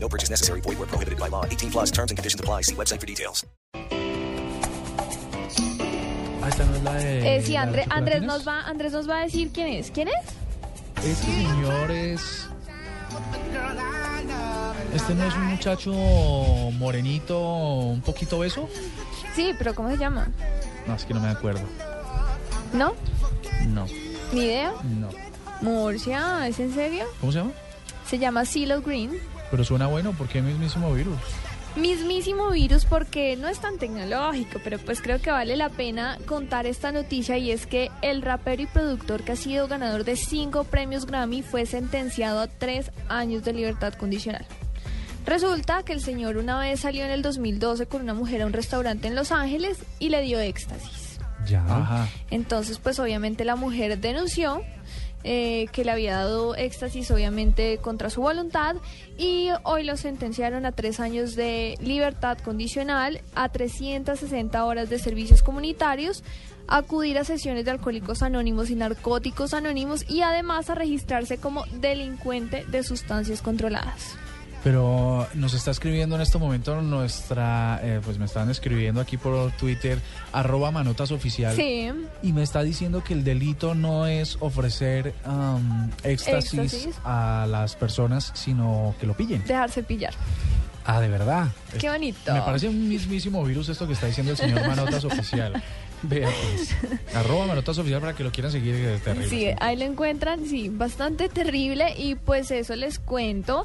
No purchase necessary. Void where prohibited by law. 18 plus terms and conditions apply. See website for details. Ah, esta no es la de. Eh, sí, la de André- los Andrés, chocolates. nos va, Andrés nos va a decir quién es. ¿Quién es? Este señor es. Este no es un muchacho morenito, un poquito beso. Sí, pero ¿cómo se llama? No, es que no me acuerdo. ¿No? No, ¿Ni idea? no. Murcia, ¿es en serio? ¿Cómo se llama? Se llama CeeLo Green. Pero suena bueno porque es mismísimo virus. Mismísimo virus porque no es tan tecnológico, pero pues creo que vale la pena contar esta noticia y es que el rapero y productor que ha sido ganador de cinco premios Grammy fue sentenciado a tres años de libertad condicional. Resulta que el señor una vez salió en el 2012 con una mujer a un restaurante en Los Ángeles y le dio éxtasis. Ya. Ajá. Entonces, pues obviamente la mujer denunció eh, que le había dado éxtasis, obviamente contra su voluntad, y hoy lo sentenciaron a tres años de libertad condicional, a 360 horas de servicios comunitarios, a acudir a sesiones de alcohólicos anónimos y narcóticos anónimos, y además a registrarse como delincuente de sustancias controladas. Pero nos está escribiendo en este momento nuestra. eh, pues me están escribiendo aquí por Twitter, arroba manotas oficial. Sí, Y me está diciendo que el delito no es ofrecer am, éxtasis, Éxtasis. a las personas, sino que lo pillen. dejarse pillar. Ah, de verdad. Qué bonito. Me parece un mismísimo virus esto que está diciendo el señor Manotas Oficial. Vea pues. Arroba Manotas Oficial para que lo quieran seguir. que es terrible. Sí, ahí lo encuentran, sí, bastante terrible y pues eso les cuento.